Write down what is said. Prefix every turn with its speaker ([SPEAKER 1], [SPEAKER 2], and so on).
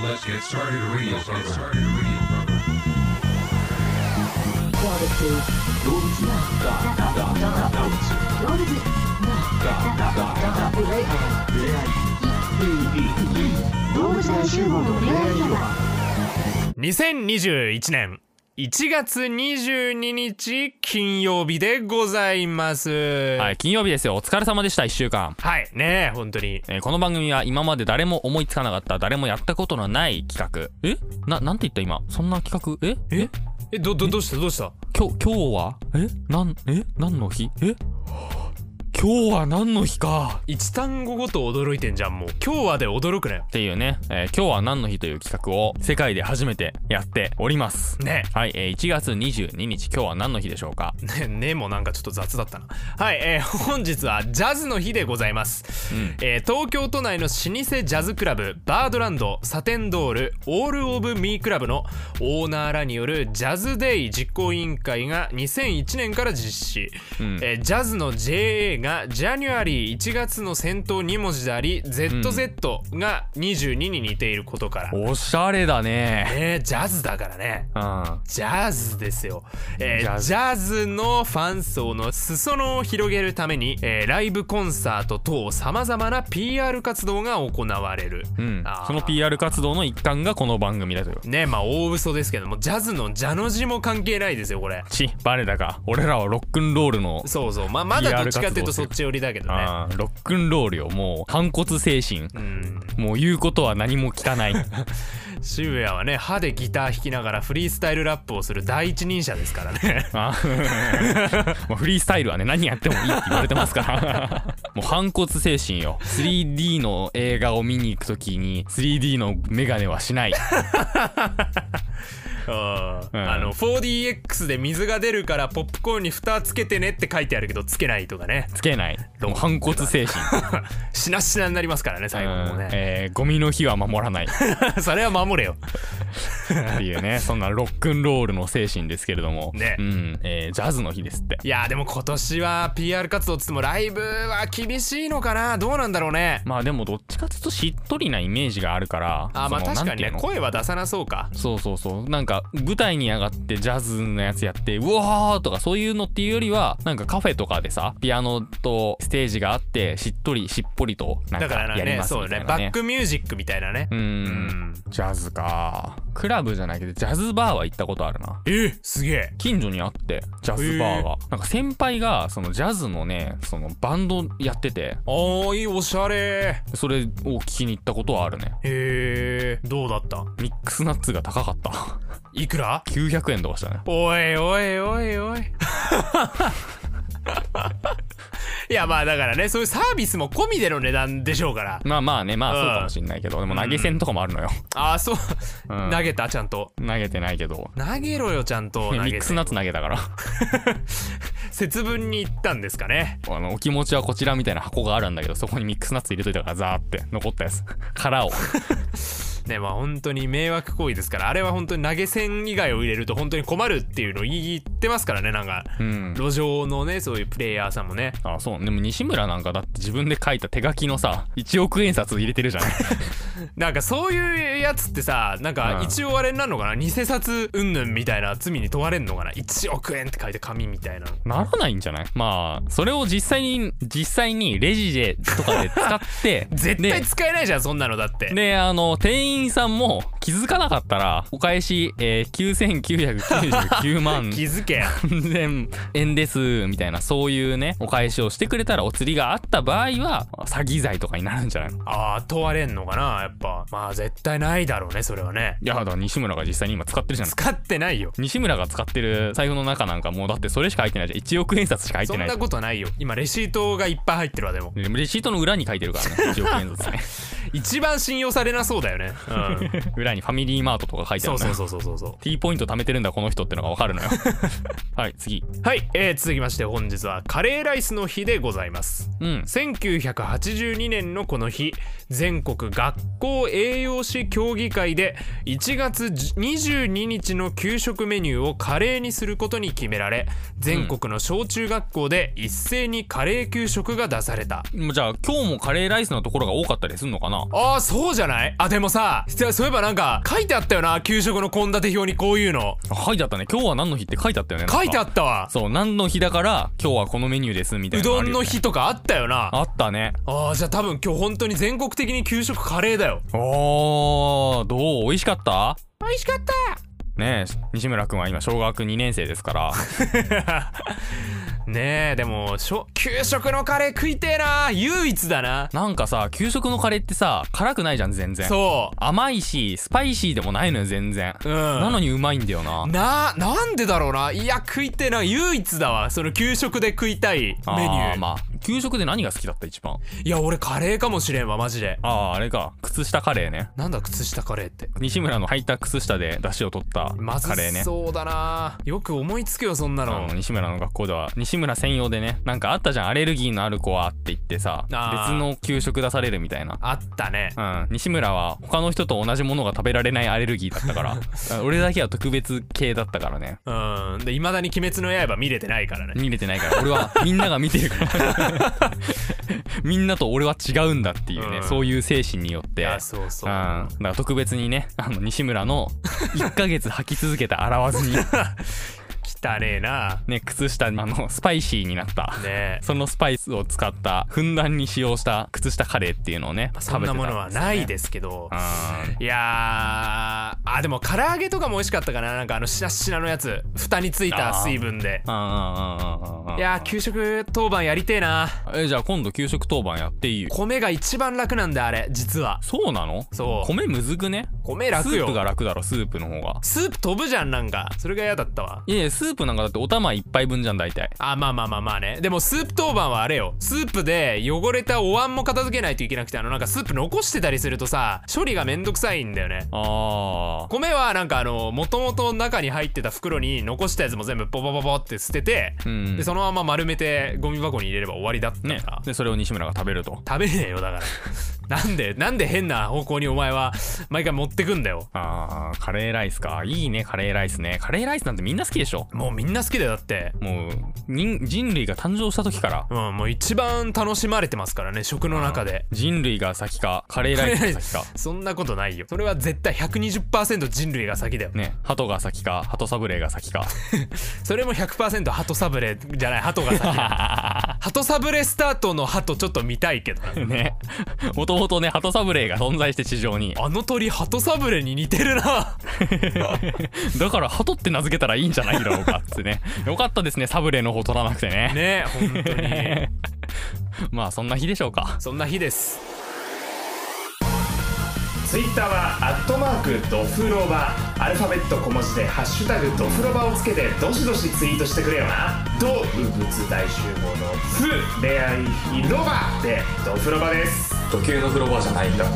[SPEAKER 1] Let's get started radio program. Let's get started radio program.
[SPEAKER 2] Quality. 動物な触れ合い動物大集合の恋愛広場
[SPEAKER 3] 2021年1月22日金曜日でございます。は。
[SPEAKER 4] はいい、金曜日ですよ。お疲れ様でした、1週間。
[SPEAKER 3] ねえ、本当に。
[SPEAKER 4] えーこの番組は今まで誰も思いつかなかった、誰もやったことのない企画。えな、なんて言った今。そんな企画ええ
[SPEAKER 3] え、ど、ど、どうしたどうした
[SPEAKER 4] 今日、今日はえなん、え何の日え今日は何の日か。
[SPEAKER 3] 一単語ごと驚いてんじゃん、もう。今日はで驚くなよ
[SPEAKER 4] っ。ていうね、えー今日は何の日という企画を世界で初めてやっております。
[SPEAKER 3] ね
[SPEAKER 4] はい、えー1月22日、今日は何の日でしょうか。
[SPEAKER 3] ね、ねもなんかちょっと雑だったな。はい、えー本日はジャズの日でございます。
[SPEAKER 4] うん
[SPEAKER 3] えー東京都内の老舗ジャズクラブ、バードランド、サテンドール、オールオブミークラブのオーナーらによるジャズデイ実行委員会が2001年から実施。
[SPEAKER 4] うん
[SPEAKER 3] えージャズの JA がジャニュアリー1月の先頭2文字であり、ZZ が22に似ていることから。
[SPEAKER 4] おしゃれだね。
[SPEAKER 3] ねジャズだからね。
[SPEAKER 4] うん。
[SPEAKER 3] ジャズですよ、えー
[SPEAKER 4] ジ
[SPEAKER 3] ジ
[SPEAKER 4] ャ
[SPEAKER 3] ャ
[SPEAKER 4] ズ
[SPEAKER 3] ズのファン層の裾野を広げるために、えーライブコンサート等さまざまな PR 活動が行われる、
[SPEAKER 4] うん
[SPEAKER 3] あー、
[SPEAKER 4] その PR 活動の一環がこの番組だという。
[SPEAKER 3] ねまあ大嘘ですけどもジャズの「ジャの字も関係ないですよこれ
[SPEAKER 4] ち、バレたか。俺らはロックンロールの、
[SPEAKER 3] そうそうまあまだど
[SPEAKER 4] PR
[SPEAKER 3] っちかっていうと
[SPEAKER 4] 活
[SPEAKER 3] そ
[SPEAKER 4] 動
[SPEAKER 3] っち寄りだけどね
[SPEAKER 4] あーロックンロールよ。もう、反骨精神。
[SPEAKER 3] うん
[SPEAKER 4] もう言うことは何も聞 かない。
[SPEAKER 3] 渋谷はね歯でギター弾きながらフリースタイルラップをする第一人者ですからね
[SPEAKER 4] あー まあフリースタイルはね何やってもいいって言われてますから もう反骨精神よ 3D の映画を見に行くときに 3D のメガネはしない
[SPEAKER 3] あ,、
[SPEAKER 4] うん
[SPEAKER 3] あの 4DX で水が出るからポップコーンに蓋つけてねって書いてあるけどつけないとかね
[SPEAKER 4] つ けないもう反骨精神
[SPEAKER 3] しなしなになりますからね最後のも
[SPEAKER 4] うん
[SPEAKER 3] ね、
[SPEAKER 4] えーゴミの日は守らないっ
[SPEAKER 3] それは守れよ
[SPEAKER 4] ていう ねそんなロックンロールの精神ですけれども、
[SPEAKER 3] ね
[SPEAKER 4] うんえージャズの日ですって
[SPEAKER 3] いやーでも今年は PR 活動っつってもライブは厳しいのかなどうなんだろうね
[SPEAKER 4] まあでもどっちかというとしっとりなイメージがあるから
[SPEAKER 3] あーまあ
[SPEAKER 4] そ
[SPEAKER 3] 確
[SPEAKER 4] のな
[SPEAKER 3] か
[SPEAKER 4] ん
[SPEAKER 3] に
[SPEAKER 4] て
[SPEAKER 3] ね
[SPEAKER 4] いうの
[SPEAKER 3] 声は出さなそうか
[SPEAKER 4] そうそうそうなんか舞台に上がってジャズのやつやってうわーとかそういうのっていうよりはなんかカフェとかでさピアノとステージがあってしっとりしっぽりとなん
[SPEAKER 3] だか
[SPEAKER 4] からやり
[SPEAKER 3] ね
[SPEAKER 4] ます
[SPEAKER 3] そう
[SPEAKER 4] みたい
[SPEAKER 3] ね
[SPEAKER 4] な
[SPEAKER 3] バ
[SPEAKER 4] ね
[SPEAKER 3] ックミュージックみたいなね
[SPEAKER 4] うー
[SPEAKER 3] うん
[SPEAKER 4] ジャズかクラブじゃないけどジャズバーは行ったことあるな
[SPEAKER 3] えーすげえ
[SPEAKER 4] 近所にあってジャズバー
[SPEAKER 3] へ
[SPEAKER 4] がなんか先輩がそのジャズのねそのバンドやってて
[SPEAKER 3] あーいいおしゃれ
[SPEAKER 4] それを聞きに行ったことはあるね
[SPEAKER 3] へえどうだった
[SPEAKER 4] ミックスナッツが高かった
[SPEAKER 3] いくら
[SPEAKER 4] 900円とかしたね
[SPEAKER 3] おいおいおいおい いやまあだからねそういうサービスも込みでの値段でしょうから
[SPEAKER 4] まあまあねまあ
[SPEAKER 3] うん
[SPEAKER 4] そうかもしんないけど、でも投げ銭とかもあるのよ、
[SPEAKER 3] ああそう、
[SPEAKER 4] うん
[SPEAKER 3] 投げたちゃんと
[SPEAKER 4] 投げてないけど
[SPEAKER 3] 投げろよちゃんと
[SPEAKER 4] ミ
[SPEAKER 3] 投げ
[SPEAKER 4] ックス
[SPEAKER 3] て
[SPEAKER 4] ナッツ投げたから
[SPEAKER 3] 節分に行ったんですかね
[SPEAKER 4] あのお気持ちはこちらみたいな箱があるんだけどそこにミックスナッツ入れといたからザーって残ったやつ 殻を
[SPEAKER 3] ねまあ本当に迷惑行為ですからあれは本当に投げ銭以外を入れると本当に困るっていうのを言ってますからねなんか、
[SPEAKER 4] うん
[SPEAKER 3] 路上のねそういうプレイヤーさんもね
[SPEAKER 4] あそうでも西村なんかだって自分で書いた手書きのさ1億円札入れてるじゃない
[SPEAKER 3] なんかそういうやつってさなんか
[SPEAKER 4] うん
[SPEAKER 3] 一応あれになるのかな、偽札云々みたいな罪に問われんのかな1億円って書いて紙みたいな
[SPEAKER 4] ならないんじゃないまあそれを実際に実際にレジでとかで使って
[SPEAKER 3] 絶対
[SPEAKER 4] で
[SPEAKER 3] 使えないじゃんそんなのだって、
[SPEAKER 4] であの店員さんも気づかなかったらお返し、えー、9999万
[SPEAKER 3] 気づけ
[SPEAKER 4] 3000円ですみたいなそういうねお返しをしてくれたらお釣りがあった場合は詐欺罪とかになるんじゃないの
[SPEAKER 3] ああ問われんのかなやっぱまあ絶対ないだろうねそれはね
[SPEAKER 4] いやだから西村が実際に今使ってるじゃない
[SPEAKER 3] 使ってないよ
[SPEAKER 4] 西村が使ってる財布の中なんかもうだってそれしか入ってないじゃん1億円札しか入っ
[SPEAKER 3] そ
[SPEAKER 4] て
[SPEAKER 3] ん
[SPEAKER 4] ないじ
[SPEAKER 3] な
[SPEAKER 4] ゃん
[SPEAKER 3] ことないよ今レシートがいっぱい入ってるわでも
[SPEAKER 4] でレシートの裏に書いてるからね1億円札ね
[SPEAKER 3] 一番信用されなそうだよね、 うん、
[SPEAKER 4] 裏にファミリーマートとか書いてあ
[SPEAKER 3] そ
[SPEAKER 4] る
[SPEAKER 3] う
[SPEAKER 4] の
[SPEAKER 3] そう
[SPEAKER 4] よ
[SPEAKER 3] そうそうそうそ
[SPEAKER 4] T ポイント貯めてるんだこの人ってのが分かる のよはい次
[SPEAKER 3] うはい、えー、続きまして本日はカレーライスの日でございます
[SPEAKER 4] うん
[SPEAKER 3] 1982年のこの日全国学校栄養士協議会で1月22日の給食メニューをカレーにすることに決められ全国の小中学校で一斉にカレー給食が出された、
[SPEAKER 4] もうじゃあ今日もカレーライスのところが多かったりすんのかなな
[SPEAKER 3] ああそうじゃないあでもさそそういえばなんか書いてあったよな給食の献立表にこういうの
[SPEAKER 4] あ書いてあったね今日は何の日って書いてあったよね
[SPEAKER 3] 書いてあ
[SPEAKER 4] た
[SPEAKER 3] ったわ
[SPEAKER 4] そう何の日だから今日はこのメニューですみたいうなあ
[SPEAKER 3] ど
[SPEAKER 4] る
[SPEAKER 3] ん
[SPEAKER 4] よ
[SPEAKER 3] の
[SPEAKER 4] ね
[SPEAKER 3] 日とかあったよな
[SPEAKER 4] あったね
[SPEAKER 3] ああじゃあ多分今日本当に全国的に給食カレーだよ
[SPEAKER 4] おーどう美味しかった
[SPEAKER 3] 美味しかった
[SPEAKER 4] ねえ西村君は今小学2年生ですから
[SPEAKER 3] ねえでもしょ給食のカレー食いてえな唯一だな
[SPEAKER 4] なんかさ給食のカレーってさ辛くないじゃん全然
[SPEAKER 3] そ
[SPEAKER 4] 甘いしスパイシーでもないのよ全然、
[SPEAKER 3] ううん
[SPEAKER 4] なのにうまいんだよな
[SPEAKER 3] ななんでだろうないや食いてえな唯一だわその給食で食いたいメニュー
[SPEAKER 4] あーまあ給食で何が好きだった一番
[SPEAKER 3] いや俺カレーかもしれんわマジで
[SPEAKER 4] あああれか靴下カレーね
[SPEAKER 3] なんだ靴下カレーって
[SPEAKER 4] 西村の履いた靴下で出汁を取った
[SPEAKER 3] まず
[SPEAKER 4] カレーね
[SPEAKER 3] そうだなよく思いつくよそんな
[SPEAKER 4] あ
[SPEAKER 3] の
[SPEAKER 4] の西村の学校では西村専用でねなんかあったじゃんアレルギーのある子はって言ってさ
[SPEAKER 3] あー
[SPEAKER 4] 別の給食出されるみたいな
[SPEAKER 3] あったね
[SPEAKER 4] うん、西村は他の人と同じものが食べられないアレルギーだっ たからあ俺だけは特別系だったからね
[SPEAKER 3] うんでいまだに「鬼滅の刃」見れてないからね
[SPEAKER 4] 見れてないから俺はみんなが見てるから みんなと俺は違うんだっていうね、
[SPEAKER 3] うん
[SPEAKER 4] そういう精神によっ
[SPEAKER 3] い
[SPEAKER 4] て
[SPEAKER 3] やそうそう
[SPEAKER 4] うん、だから特別にねあの西村の1ヶ月履き続けた洗わずに
[SPEAKER 3] 汚ねえな
[SPEAKER 4] ね靴下あのスパイシーになった、
[SPEAKER 3] ね え
[SPEAKER 4] そのスパイスを使ったふんだんに使用した靴下カレーっていうのをね、
[SPEAKER 3] まあそ
[SPEAKER 4] 食
[SPEAKER 3] ん
[SPEAKER 4] べてた
[SPEAKER 3] なものはない
[SPEAKER 4] で
[SPEAKER 3] ですけど
[SPEAKER 4] すよね
[SPEAKER 3] いやーあでも唐揚げとかも美味しかったかななんかあのしなしなのやつ蓋についた水分で
[SPEAKER 4] うんうんうんうんうんうん
[SPEAKER 3] いやー給食当番やりてえな
[SPEAKER 4] えじゃあ今度給食当番やっていい
[SPEAKER 3] 米が一番楽なんだあれ実は
[SPEAKER 4] そうなの
[SPEAKER 3] そう
[SPEAKER 4] 米むずくね
[SPEAKER 3] 米楽よ
[SPEAKER 4] スープが楽だろスープの方が
[SPEAKER 3] スープ飛ぶじゃんなんかそれが嫌だったわ
[SPEAKER 4] いやいやスープなんかだってお玉一杯分じゃん大体
[SPEAKER 3] あまあまあまあまあねでもスープ当番はあれよスープで汚れたお椀も片付けないといけなくてあのなんかスープ残してたりするとさ処理がめんどくさいんだよね
[SPEAKER 4] あー
[SPEAKER 3] 米はなんかあの元々中に入ってた袋に残したやつも全部ポポポポって捨てて、
[SPEAKER 4] うん
[SPEAKER 3] でそのまま丸めてゴミ箱に入れれば終わりだったから、
[SPEAKER 4] ねでそれを西村が食べると
[SPEAKER 3] 食べねえよだから なんでなんで変な方向にお前は毎回持ってくんだよ
[SPEAKER 4] あーカレーライスかいいねカレーライスねカレーライスなんてみんな好きでしょ
[SPEAKER 3] もうみんな好きだよだって
[SPEAKER 4] もう人人類が誕生した時から
[SPEAKER 3] うんもう一番楽しまれてますからね食の中で
[SPEAKER 4] 人類が先かカレーライスが先か
[SPEAKER 3] そんなことないよそれは絶対120%人類が先だよ、
[SPEAKER 4] ね鳩が先か鳩サブレーが先か
[SPEAKER 3] それも100%鳩サブレじゃない鳩が 先だ鳩サブレスタートの鳩ちょっと見たいけどな
[SPEAKER 4] ねもともとね鳩サブレーが存在して地上に
[SPEAKER 3] あの鳥鳩サブレに似てる な
[SPEAKER 4] だから鳩って名付けたらいいんじゃないだろうかっつってねよかったですねサブレーの方取らなくてね
[SPEAKER 3] ね本当に
[SPEAKER 4] まあそんな日でしょうか
[SPEAKER 3] そんな日ですツイッターはアットマークドフロバアルファベット小文字で「ハッシュタグドフロバ」をつけてどしどしツイートしてくれよな動物大集合の「フ恋愛広場」でドフロバです
[SPEAKER 4] 時計の風呂場じゃないんだ